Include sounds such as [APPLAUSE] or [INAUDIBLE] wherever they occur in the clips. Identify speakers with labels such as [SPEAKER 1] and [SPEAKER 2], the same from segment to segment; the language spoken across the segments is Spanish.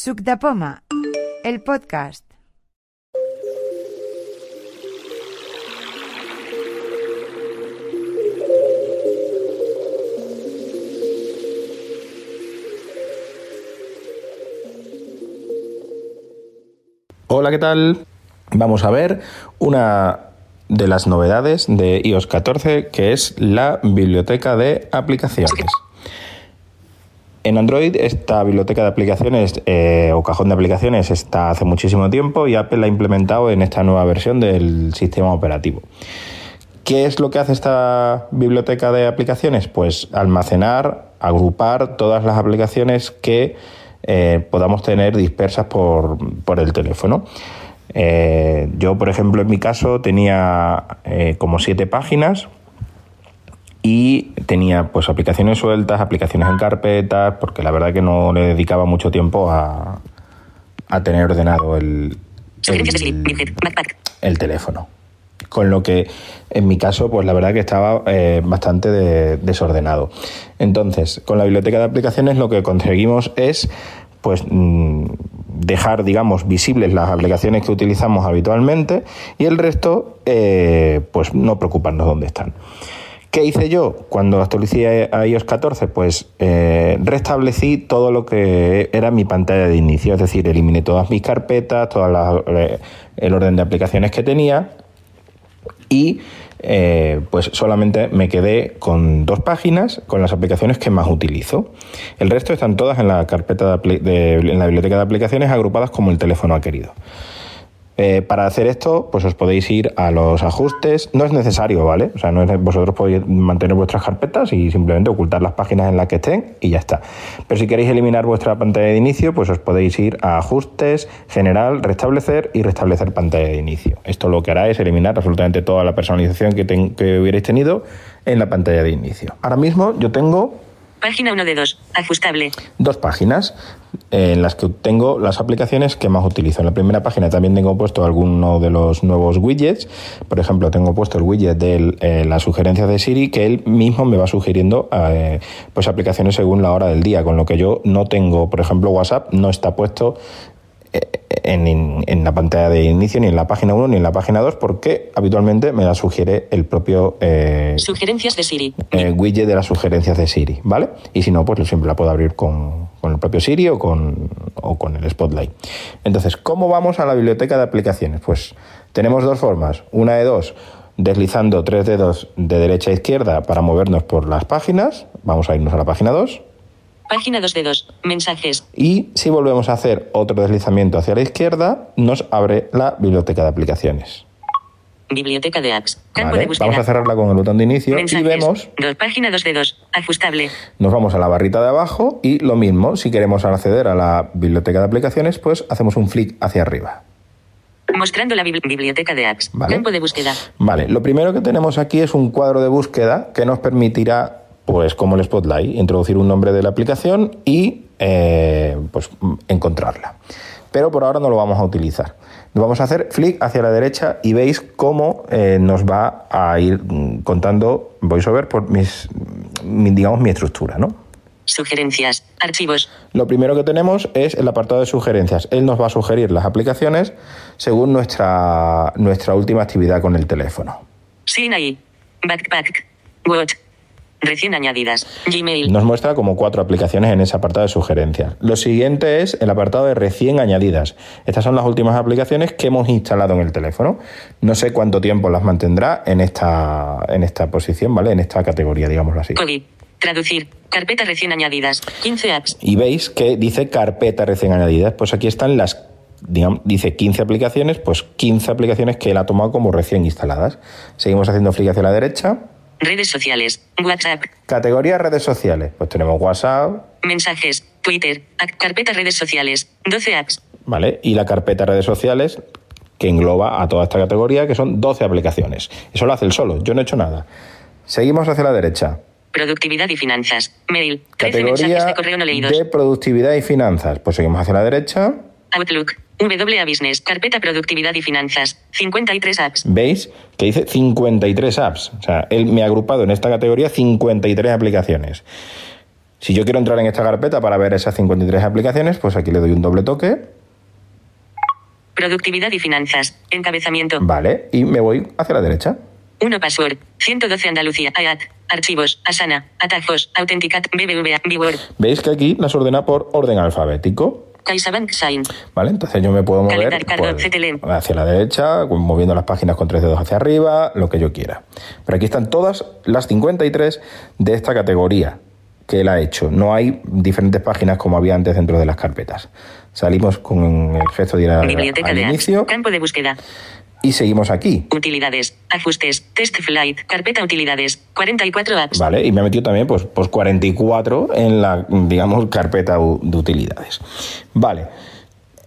[SPEAKER 1] Suc de Poma, el podcast.
[SPEAKER 2] Hola, ¿qué tal? Vamos a ver una de las novedades de iOS 14, que es la biblioteca de aplicaciones. En Android esta biblioteca de aplicaciones eh, o cajón de aplicaciones está hace muchísimo tiempo y Apple la ha implementado en esta nueva versión del sistema operativo. ¿Qué es lo que hace esta biblioteca de aplicaciones? Pues almacenar, agrupar todas las aplicaciones que eh, podamos tener dispersas por, por el teléfono. Eh, yo, por ejemplo, en mi caso tenía eh, como siete páginas y tenía pues aplicaciones sueltas, aplicaciones en carpetas, porque la verdad que no le dedicaba mucho tiempo a, a tener ordenado el,
[SPEAKER 3] Sugerencias de Siri,
[SPEAKER 2] el-
[SPEAKER 3] Widget, Backpack.
[SPEAKER 2] el teléfono. Con lo que, en mi caso, pues la verdad que estaba eh, bastante de- desordenado. Entonces, con la biblioteca de aplicaciones lo que conseguimos es, pues, mm, dejar, digamos, visibles las aplicaciones que utilizamos habitualmente y el resto, eh, pues, no preocuparnos dónde están. ¿Qué hice yo cuando actualicé a iOS 14? Pues eh, restablecí todo lo que era mi pantalla de inicio, es decir, eliminé todas mis carpetas, todas las, eh, el orden de aplicaciones que tenía y eh, pues solamente me quedé con dos páginas con las aplicaciones que más utilizo. El resto están todas en la carpeta de apli- de- en la biblioteca de aplicaciones agrupadas como el teléfono ha querido. Eh, para hacer esto, pues os podéis ir a los ajustes. No es necesario, ¿vale? O sea, no es- vosotros podéis mantener vuestras carpetas y simplemente ocultar las páginas en las que estén y ya está. Pero si queréis eliminar vuestra pantalla de inicio, pues os podéis ir a ajustes, general, restablecer y restablecer pantalla de inicio. Esto lo que hará es eliminar absolutamente toda la personalización que, ten- que hubierais tenido en la pantalla de inicio. Ahora mismo yo tengo
[SPEAKER 3] Página 1 de 2. Ajustable.
[SPEAKER 2] dos páginas eh, en las que tengo las aplicaciones que más utilizo. En la primera página también tengo puesto alguno de los nuevos widgets. Por ejemplo, tengo puesto el widget de las sugerencias de Siri que él mismo me va sugiriendo eh, pues aplicaciones según la hora del día, con lo que yo no tengo, por ejemplo, WhatsApp no está puesto eh, en, en- en la pantalla de inicio, ni en la página 1, ni en la página 2, porque habitualmente me la sugiere el propio eh,
[SPEAKER 3] Sugerencias de Siri.
[SPEAKER 2] eh, widget de las sugerencias de Siri, ¿vale? Y si no, pues siempre la puedo abrir con, con el propio Siri o con, o con el Spotlight. Entonces, ¿cómo vamos a la biblioteca de aplicaciones? Pues tenemos dos formas, una de dos, deslizando tres dedos de derecha a izquierda para movernos por las páginas, vamos a irnos a la página 2,
[SPEAKER 3] Página 2 de 2. Mensajes.
[SPEAKER 2] y si volvemos a hacer otro deslizamiento hacia la izquierda, nos abre la biblioteca de aplicaciones.
[SPEAKER 3] Biblioteca de apps. Campo
[SPEAKER 2] ¿vale?
[SPEAKER 3] de búsqueda.
[SPEAKER 2] Vamos a cerrarla con el botón de inicio y
[SPEAKER 3] Mensajes.
[SPEAKER 2] vemos
[SPEAKER 3] Dos, página 2 de 2. Ajustable.
[SPEAKER 2] Nos vamos a la barrita de abajo y lo mismo, si queremos acceder a la biblioteca de aplicaciones, pues hacemos un flick hacia arriba.
[SPEAKER 3] Mostrando la bibli- biblioteca de apps.
[SPEAKER 2] Vale.
[SPEAKER 3] Campo de búsqueda.
[SPEAKER 2] Vale, lo primero que tenemos aquí es un cuadro de búsqueda que nos permitirá, pues como el Spotlight, introducir un nombre de la aplicación y eh, pues mm, encontrarla. Pero por ahora no lo vamos a utilizar. Vamos a hacer flick hacia la derecha y veis cómo eh, nos va a ir mm, contando VoiceOver por mis, mi- digamos, mi estructura, ¿no?
[SPEAKER 3] Sugerencias. Archivos.
[SPEAKER 2] Lo primero que tenemos es el apartado de sugerencias. Él nos va a sugerir las aplicaciones según nuestra, nuestra última actividad con el teléfono.
[SPEAKER 3] Sinai. Backpack. Watch. Recién añadidas. Gmail.
[SPEAKER 2] Nos muestra como cuatro aplicaciones en ese apartado de sugerencias. Lo siguiente es el apartado de recién añadidas. Estas son las últimas aplicaciones que hemos instalado en el teléfono. No sé cuánto tiempo las mantendrá en esta, en esta posición, ¿vale? En esta categoría, digámoslo así.
[SPEAKER 3] Cody. Traducir. Carpeta recién añadidas. 15 apps.
[SPEAKER 2] y veis que dice carpeta recién añadidas, pues aquí están las, digamos, dice 15 aplicaciones, pues 15 aplicaciones que él ha tomado como recién instaladas. Seguimos haciendo flick hacia la derecha.
[SPEAKER 3] Redes sociales. WhatsApp.
[SPEAKER 2] Categoría redes sociales, pues tenemos WhatsApp,
[SPEAKER 3] Mensajes. Twitter. ac- Carpeta redes sociales. 12 apps.
[SPEAKER 2] ¿vale? Y la carpeta redes sociales que engloba a toda esta categoría, que son 12 aplicaciones. Eso lo hace él solo, yo no he hecho nada. Seguimos hacia la derecha.
[SPEAKER 3] Productividad y finanzas. Mail. 13
[SPEAKER 2] Categoría
[SPEAKER 3] mensajes de Este correo no leídos.
[SPEAKER 2] de productividad y finanzas. Pues seguimos hacia la derecha.
[SPEAKER 3] Outlook. WA Business. Carpeta Productividad y Finanzas. 53 apps.
[SPEAKER 2] ¿Veis? Que dice 53 apps. O sea, él me ha agrupado en esta categoría 53 aplicaciones. Si yo quiero entrar en esta carpeta para ver esas 53 aplicaciones, pues aquí le doy un doble toque,
[SPEAKER 3] Productividad y finanzas. Encabezamiento.
[SPEAKER 2] vale, y me voy hacia la derecha.
[SPEAKER 3] 1 password. 112 Andalucía. IAT. Archivos. Asana. Atajos. Autenticat. BBVA. Viewer.
[SPEAKER 2] Veis que aquí las ordena por orden alfabético.
[SPEAKER 3] CaixaBank Sign.
[SPEAKER 2] ¿Vale? Entonces yo me puedo mover
[SPEAKER 3] Calendar, cargo, CTLM.
[SPEAKER 2] por- hacia la derecha, pues, moviendo las páginas con tres dedos hacia arriba, lo que yo quiera. Pero aquí están todas las 53 de esta categoría que él ha hecho. No hay diferentes páginas como había antes dentro de las carpetas. Salimos con el gesto de ir a-
[SPEAKER 3] Biblioteca
[SPEAKER 2] al
[SPEAKER 3] de apps.
[SPEAKER 2] inicio
[SPEAKER 3] Campo de búsqueda.
[SPEAKER 2] y seguimos aquí.
[SPEAKER 3] Utilidades. Ajustes. Test flight. Carpeta utilidades. 44 apps.
[SPEAKER 2] ¿Vale? Y me ha metido también pues, pues 44 en la, digamos, carpeta u- de utilidades. Vale.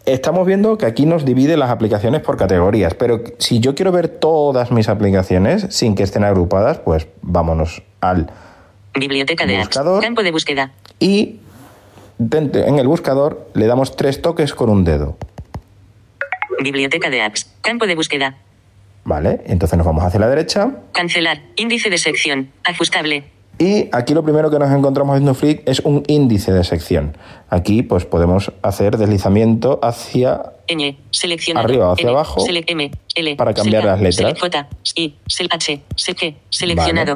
[SPEAKER 2] Estamos viendo que aquí nos divide las aplicaciones por categorías, pero si yo quiero ver todas mis aplicaciones sin que estén agrupadas, pues vámonos al...
[SPEAKER 3] Biblioteca de
[SPEAKER 2] Buscador.
[SPEAKER 3] apps. Campo de búsqueda.
[SPEAKER 2] Y dentro- en el buscador le damos tres toques con un dedo,
[SPEAKER 3] Biblioteca de apps. Campo de búsqueda.
[SPEAKER 2] ¿vale? Entonces nos vamos hacia la derecha
[SPEAKER 3] Cancelar. Índice de sección. Ajustable.
[SPEAKER 2] Y aquí lo primero que nos encontramos en Flick es un índice de sección. Aquí pues podemos hacer deslizamiento hacia
[SPEAKER 3] Ñ. Seleccionar.
[SPEAKER 2] Arriba o hacia
[SPEAKER 3] N,
[SPEAKER 2] abajo.
[SPEAKER 3] Select M. L.
[SPEAKER 2] Para cambiar
[SPEAKER 3] Select A,
[SPEAKER 2] las letras.
[SPEAKER 3] Select J. I. Select H. Select G. Seleccionado.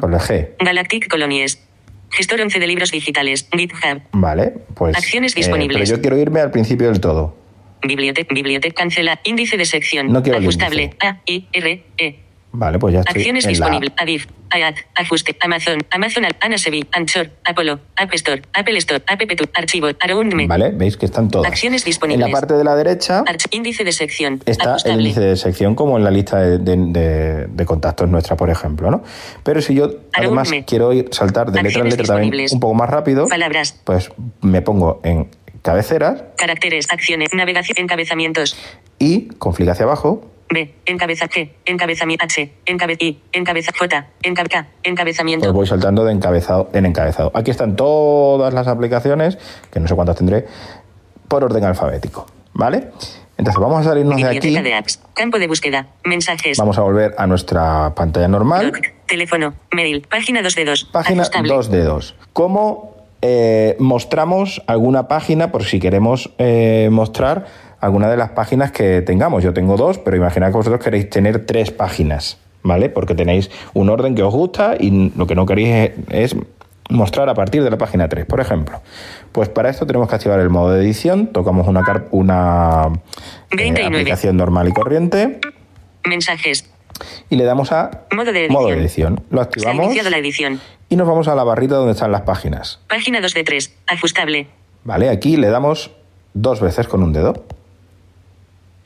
[SPEAKER 2] Vale, por la G.
[SPEAKER 3] Galactic Colonies. Gestor 11 de libros digitales. GitHub.
[SPEAKER 2] Vale, pues.
[SPEAKER 3] Acciones
[SPEAKER 2] eh,
[SPEAKER 3] disponibles.
[SPEAKER 2] pero yo quiero irme al principio del todo.
[SPEAKER 3] Biblioteca. Biblioteca. Cancelar. Índice de sección.
[SPEAKER 2] No quiero el
[SPEAKER 3] Ajustable.
[SPEAKER 2] índice.
[SPEAKER 3] A. I. R. E.
[SPEAKER 2] Vale, pues ya estoy.
[SPEAKER 3] Acciones
[SPEAKER 2] en la-
[SPEAKER 3] disponibles. Adif, Ayat, Ajuste, Amazon, Amazon, Al- Anasevi, Anchor, Apollo, App Store, Apple Store, App Tool, Archivo, Aroundme,
[SPEAKER 2] Vale, veis que están todas.
[SPEAKER 3] Acciones disponibles.
[SPEAKER 2] En la parte de la derecha
[SPEAKER 3] Arch- Índice de sección.
[SPEAKER 2] está el
[SPEAKER 3] Ajustable.
[SPEAKER 2] índice de sección, como en la lista de, de- de- de contactos nuestra, por ejemplo, ¿no? Pero si yo además
[SPEAKER 3] Arúgame.
[SPEAKER 2] quiero ir saltar de letra en
[SPEAKER 3] Acciones
[SPEAKER 2] letra también
[SPEAKER 3] disponibles.
[SPEAKER 2] un poco más rápido,
[SPEAKER 3] Palabras.
[SPEAKER 2] pues me pongo en cabeceras
[SPEAKER 3] Caracteres, acciones, navegación, encabezamientos.
[SPEAKER 2] y con clic hacia abajo
[SPEAKER 3] B, encabeza G, encabezamiento H, encabez I, encabeza J, encabeza,
[SPEAKER 2] Pues
[SPEAKER 3] encabezamiento.
[SPEAKER 2] voy saltando de encabezado en encabezado. Aquí están todas las aplicaciones, que no sé cuántas tendré, por orden alfabético. ¿Vale? Entonces vamos a salirnos de aquí.
[SPEAKER 3] Biblioteca de apps. Campo de búsqueda. Mensajes.
[SPEAKER 2] Vamos a volver a nuestra pantalla normal.
[SPEAKER 3] doc, teléfono. Mail. Página 2 de 2.
[SPEAKER 2] Página
[SPEAKER 3] ajustable.
[SPEAKER 2] 2 de 2. ¿Cómo eh, mostramos alguna página por si queremos eh, mostrar alguna de las páginas que tengamos? Yo tengo dos, pero imaginad que vosotros queréis tener tres páginas, ¿vale? Porque tenéis un orden que os gusta y lo que no queréis es, es mostrar a partir de la página 3, por ejemplo. Pues para esto tenemos que activar el modo de edición, tocamos una, car- una eh,
[SPEAKER 3] 29.
[SPEAKER 2] aplicación normal y corriente
[SPEAKER 3] Mensajes.
[SPEAKER 2] y le damos a
[SPEAKER 3] Modo de
[SPEAKER 2] modo de
[SPEAKER 3] edición.
[SPEAKER 2] edición. Lo
[SPEAKER 3] Se ha
[SPEAKER 2] activamos
[SPEAKER 3] iniciado la edición.
[SPEAKER 2] y nos vamos a la barrita donde están las páginas.
[SPEAKER 3] Página 2 de 3. Ajustable.
[SPEAKER 2] Vale, aquí le damos dos veces con un dedo.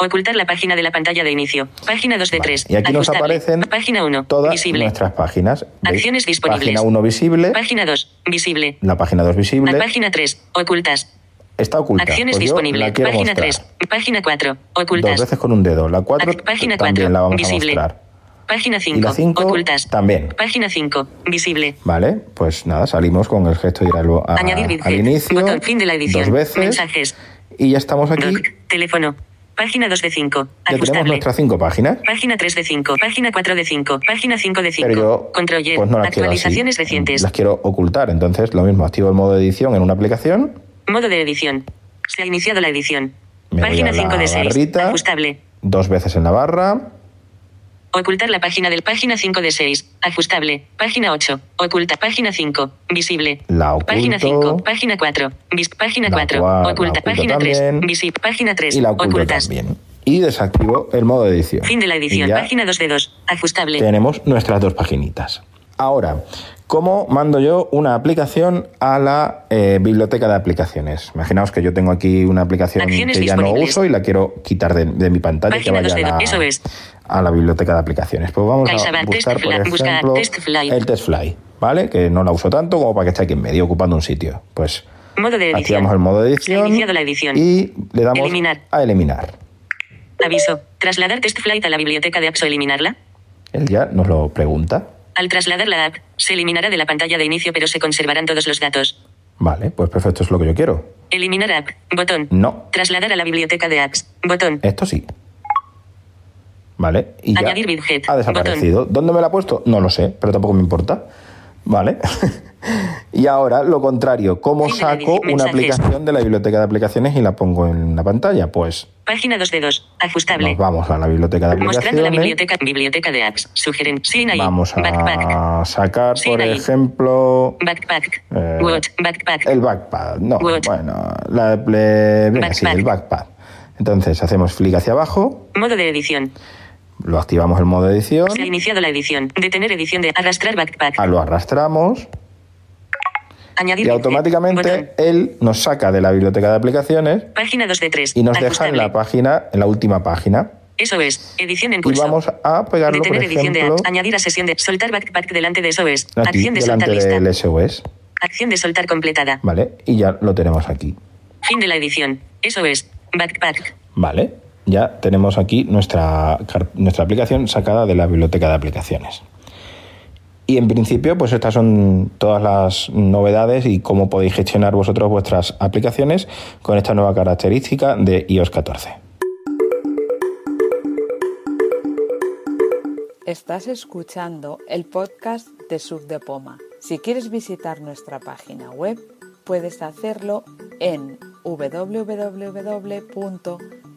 [SPEAKER 3] Ocultar la página de la pantalla de inicio. Página 2 de
[SPEAKER 2] Vale,
[SPEAKER 3] 3.
[SPEAKER 2] Y aquí nos aparecen
[SPEAKER 3] ¿eh? Página 1.
[SPEAKER 2] todas
[SPEAKER 3] visible.
[SPEAKER 2] nuestras páginas. ¿Veis?
[SPEAKER 3] Acciones disponibles.
[SPEAKER 2] Página 1 visible,
[SPEAKER 3] Página 2. Visible.
[SPEAKER 2] la página 2 visible,
[SPEAKER 3] La página 3. Ocultas.
[SPEAKER 2] está oculta.
[SPEAKER 3] Acciones
[SPEAKER 2] Pues yo
[SPEAKER 3] disponibles.
[SPEAKER 2] la quiero
[SPEAKER 3] Página
[SPEAKER 2] mostrar.
[SPEAKER 3] 3. Página 4.
[SPEAKER 2] Dos
[SPEAKER 3] Ocultas.
[SPEAKER 2] veces con un dedo. La 4
[SPEAKER 3] Ac- página 4.
[SPEAKER 2] también la vamos
[SPEAKER 3] visible.
[SPEAKER 2] a mostrar.
[SPEAKER 3] Página 5.
[SPEAKER 2] Y la 5
[SPEAKER 3] ocultas.
[SPEAKER 2] también.
[SPEAKER 3] Página 5. Visible.
[SPEAKER 2] Vale, pues nada, salimos con el gesto de ir al, a-
[SPEAKER 3] Añadir widget.
[SPEAKER 2] Ah, al inicio.
[SPEAKER 3] Botón fin de la edición.
[SPEAKER 2] Dos veces.
[SPEAKER 3] Mensajes.
[SPEAKER 2] Y ya estamos aquí.
[SPEAKER 3] Doc. Teléfono. Página 2 de 5.
[SPEAKER 2] Ya tenemos
[SPEAKER 3] Ajustable.
[SPEAKER 2] nuestras cinco páginas.
[SPEAKER 3] Página 3 de 5. Página 4 de 5. Página 5 de 5.
[SPEAKER 2] Pero yo
[SPEAKER 3] Control Y.
[SPEAKER 2] pues no las quiero así.
[SPEAKER 3] Actualizaciones recientes.
[SPEAKER 2] Las quiero ocultar. Entonces, lo mismo, activo el modo de edición en una aplicación.
[SPEAKER 3] Modo de edición. Se ha iniciado la edición.
[SPEAKER 2] Me voy
[SPEAKER 3] página
[SPEAKER 2] a la
[SPEAKER 3] 5 de 6.
[SPEAKER 2] barrita.
[SPEAKER 3] Ajustable.
[SPEAKER 2] Dos veces en la barra.
[SPEAKER 3] Ocultar la página del página 5 de 6. Ajustable. Página 8. Oculta. Página 5. Visible.
[SPEAKER 2] La oculto.
[SPEAKER 3] Página 5. Página 4. Vis- página
[SPEAKER 2] La
[SPEAKER 3] 4.
[SPEAKER 2] cua- la
[SPEAKER 3] oculta.
[SPEAKER 2] oculto
[SPEAKER 3] Página 3.
[SPEAKER 2] también.
[SPEAKER 3] Visip. Página 3.
[SPEAKER 2] Y la oculto
[SPEAKER 3] Ocultas.
[SPEAKER 2] también. Y desactivo el modo de edición.
[SPEAKER 3] Fin de la edición.
[SPEAKER 2] Y ya
[SPEAKER 3] Página 2 de 2. Ajustable.
[SPEAKER 2] tenemos nuestras dos paginitas. Ahora, ¿cómo mando yo una aplicación a la eh, biblioteca de aplicaciones? Imaginaos que yo tengo aquí una aplicación
[SPEAKER 3] Acciones
[SPEAKER 2] que ya no
[SPEAKER 3] disponibles.
[SPEAKER 2] uso y la quiero quitar de, de mi pantalla y que
[SPEAKER 3] Página
[SPEAKER 2] vaya a
[SPEAKER 3] dos de
[SPEAKER 2] la,
[SPEAKER 3] dos, eso es.
[SPEAKER 2] a la biblioteca de aplicaciones. Pues vamos a
[SPEAKER 3] CaixaBank,
[SPEAKER 2] buscar, por
[SPEAKER 3] Testfly, busca
[SPEAKER 2] ejemplo,
[SPEAKER 3] Testfly.
[SPEAKER 2] el TestFly, ¿vale? Que no la uso tanto como para que esté aquí en medio ocupando un sitio. Pues
[SPEAKER 3] Modo de edición.
[SPEAKER 2] activamos el modo de
[SPEAKER 3] Se
[SPEAKER 2] edición,
[SPEAKER 3] ha iniciado la edición.
[SPEAKER 2] y le damos
[SPEAKER 3] Eliminar.
[SPEAKER 2] a eliminar.
[SPEAKER 3] Aviso. Trasladar test flight a la biblioteca de apps o eliminarla.
[SPEAKER 2] Él ya nos lo pregunta.
[SPEAKER 3] Al trasladar la app, se eliminará de la pantalla de inicio pero se conservarán todos los datos.
[SPEAKER 2] Vale, pues perfecto, es lo que yo quiero.
[SPEAKER 3] Eliminar app. Botón.
[SPEAKER 2] No, Eh.
[SPEAKER 3] Trasladar a la biblioteca de apps. Botón.
[SPEAKER 2] esto sí. Vale, y ya
[SPEAKER 3] Añadir widget,
[SPEAKER 2] ha desaparecido. ¿Dónde me la ha puesto? No lo sé, pero tampoco me importa. ¿Vale? [LAUGHS] y ahora lo contrario, ¿cómo
[SPEAKER 3] Fin de la
[SPEAKER 2] saco
[SPEAKER 3] edición,
[SPEAKER 2] una
[SPEAKER 3] mensajes.
[SPEAKER 2] aplicación de la biblioteca de aplicaciones y la pongo en la pantalla? Pues
[SPEAKER 3] Página 2 de 2. Ajustable.
[SPEAKER 2] nos vamos a la biblioteca de
[SPEAKER 3] Mostrando la
[SPEAKER 2] aplicaciones.
[SPEAKER 3] biblioteca. Biblioteca de apps. Sugeren. Sin ahí.
[SPEAKER 2] Vamos
[SPEAKER 3] Backpack.
[SPEAKER 2] a sacar,
[SPEAKER 3] Sí,
[SPEAKER 2] por
[SPEAKER 3] ahí.
[SPEAKER 2] ejemplo,
[SPEAKER 3] Backpack.
[SPEAKER 2] Eh,
[SPEAKER 3] Watch. Backpack.
[SPEAKER 2] el backpad. No,
[SPEAKER 3] What?
[SPEAKER 2] bueno, la ple- venga, sí,
[SPEAKER 3] Backpack.
[SPEAKER 2] el backpad. Entonces hacemos clic hacia abajo,
[SPEAKER 3] Modo de edición.
[SPEAKER 2] lo activamos el modo edición,
[SPEAKER 3] Se ha iniciado la edición. Detener edición de arrastrar backpack.
[SPEAKER 2] ah, lo arrastramos
[SPEAKER 3] Añadir.
[SPEAKER 2] y
[SPEAKER 3] pixel.
[SPEAKER 2] automáticamente
[SPEAKER 3] Botón.
[SPEAKER 2] él nos saca de la biblioteca de aplicaciones
[SPEAKER 3] Página 2 de 3.
[SPEAKER 2] y nos deja en la página, en la última página.
[SPEAKER 3] Eso es. Edición en
[SPEAKER 2] Y
[SPEAKER 3] curso.
[SPEAKER 2] vamos a pegarlo, por
[SPEAKER 3] Detener edición de
[SPEAKER 2] ejemplo,
[SPEAKER 3] apps. Añadir a sesión de. Soltar backpack delante de eso es.
[SPEAKER 2] aquí,
[SPEAKER 3] Acción de soltar
[SPEAKER 2] delante E
[SPEAKER 3] lista.
[SPEAKER 2] del SOS,
[SPEAKER 3] Acción de soltar completada.
[SPEAKER 2] ¿vale? Y ya lo tenemos aquí,
[SPEAKER 3] Fin de la edición. Eso es. Backpack.
[SPEAKER 2] ¿vale? Ya tenemos aquí nuestra, car- nuestra aplicación sacada de la biblioteca de aplicaciones. Y en principio, pues estas son todas las novedades y cómo podéis gestionar vosotros vuestras aplicaciones con esta nueva característica de iOS 14.
[SPEAKER 4] Estás escuchando el podcast de Sub de Poma. Si quieres visitar nuestra página web, puedes hacerlo en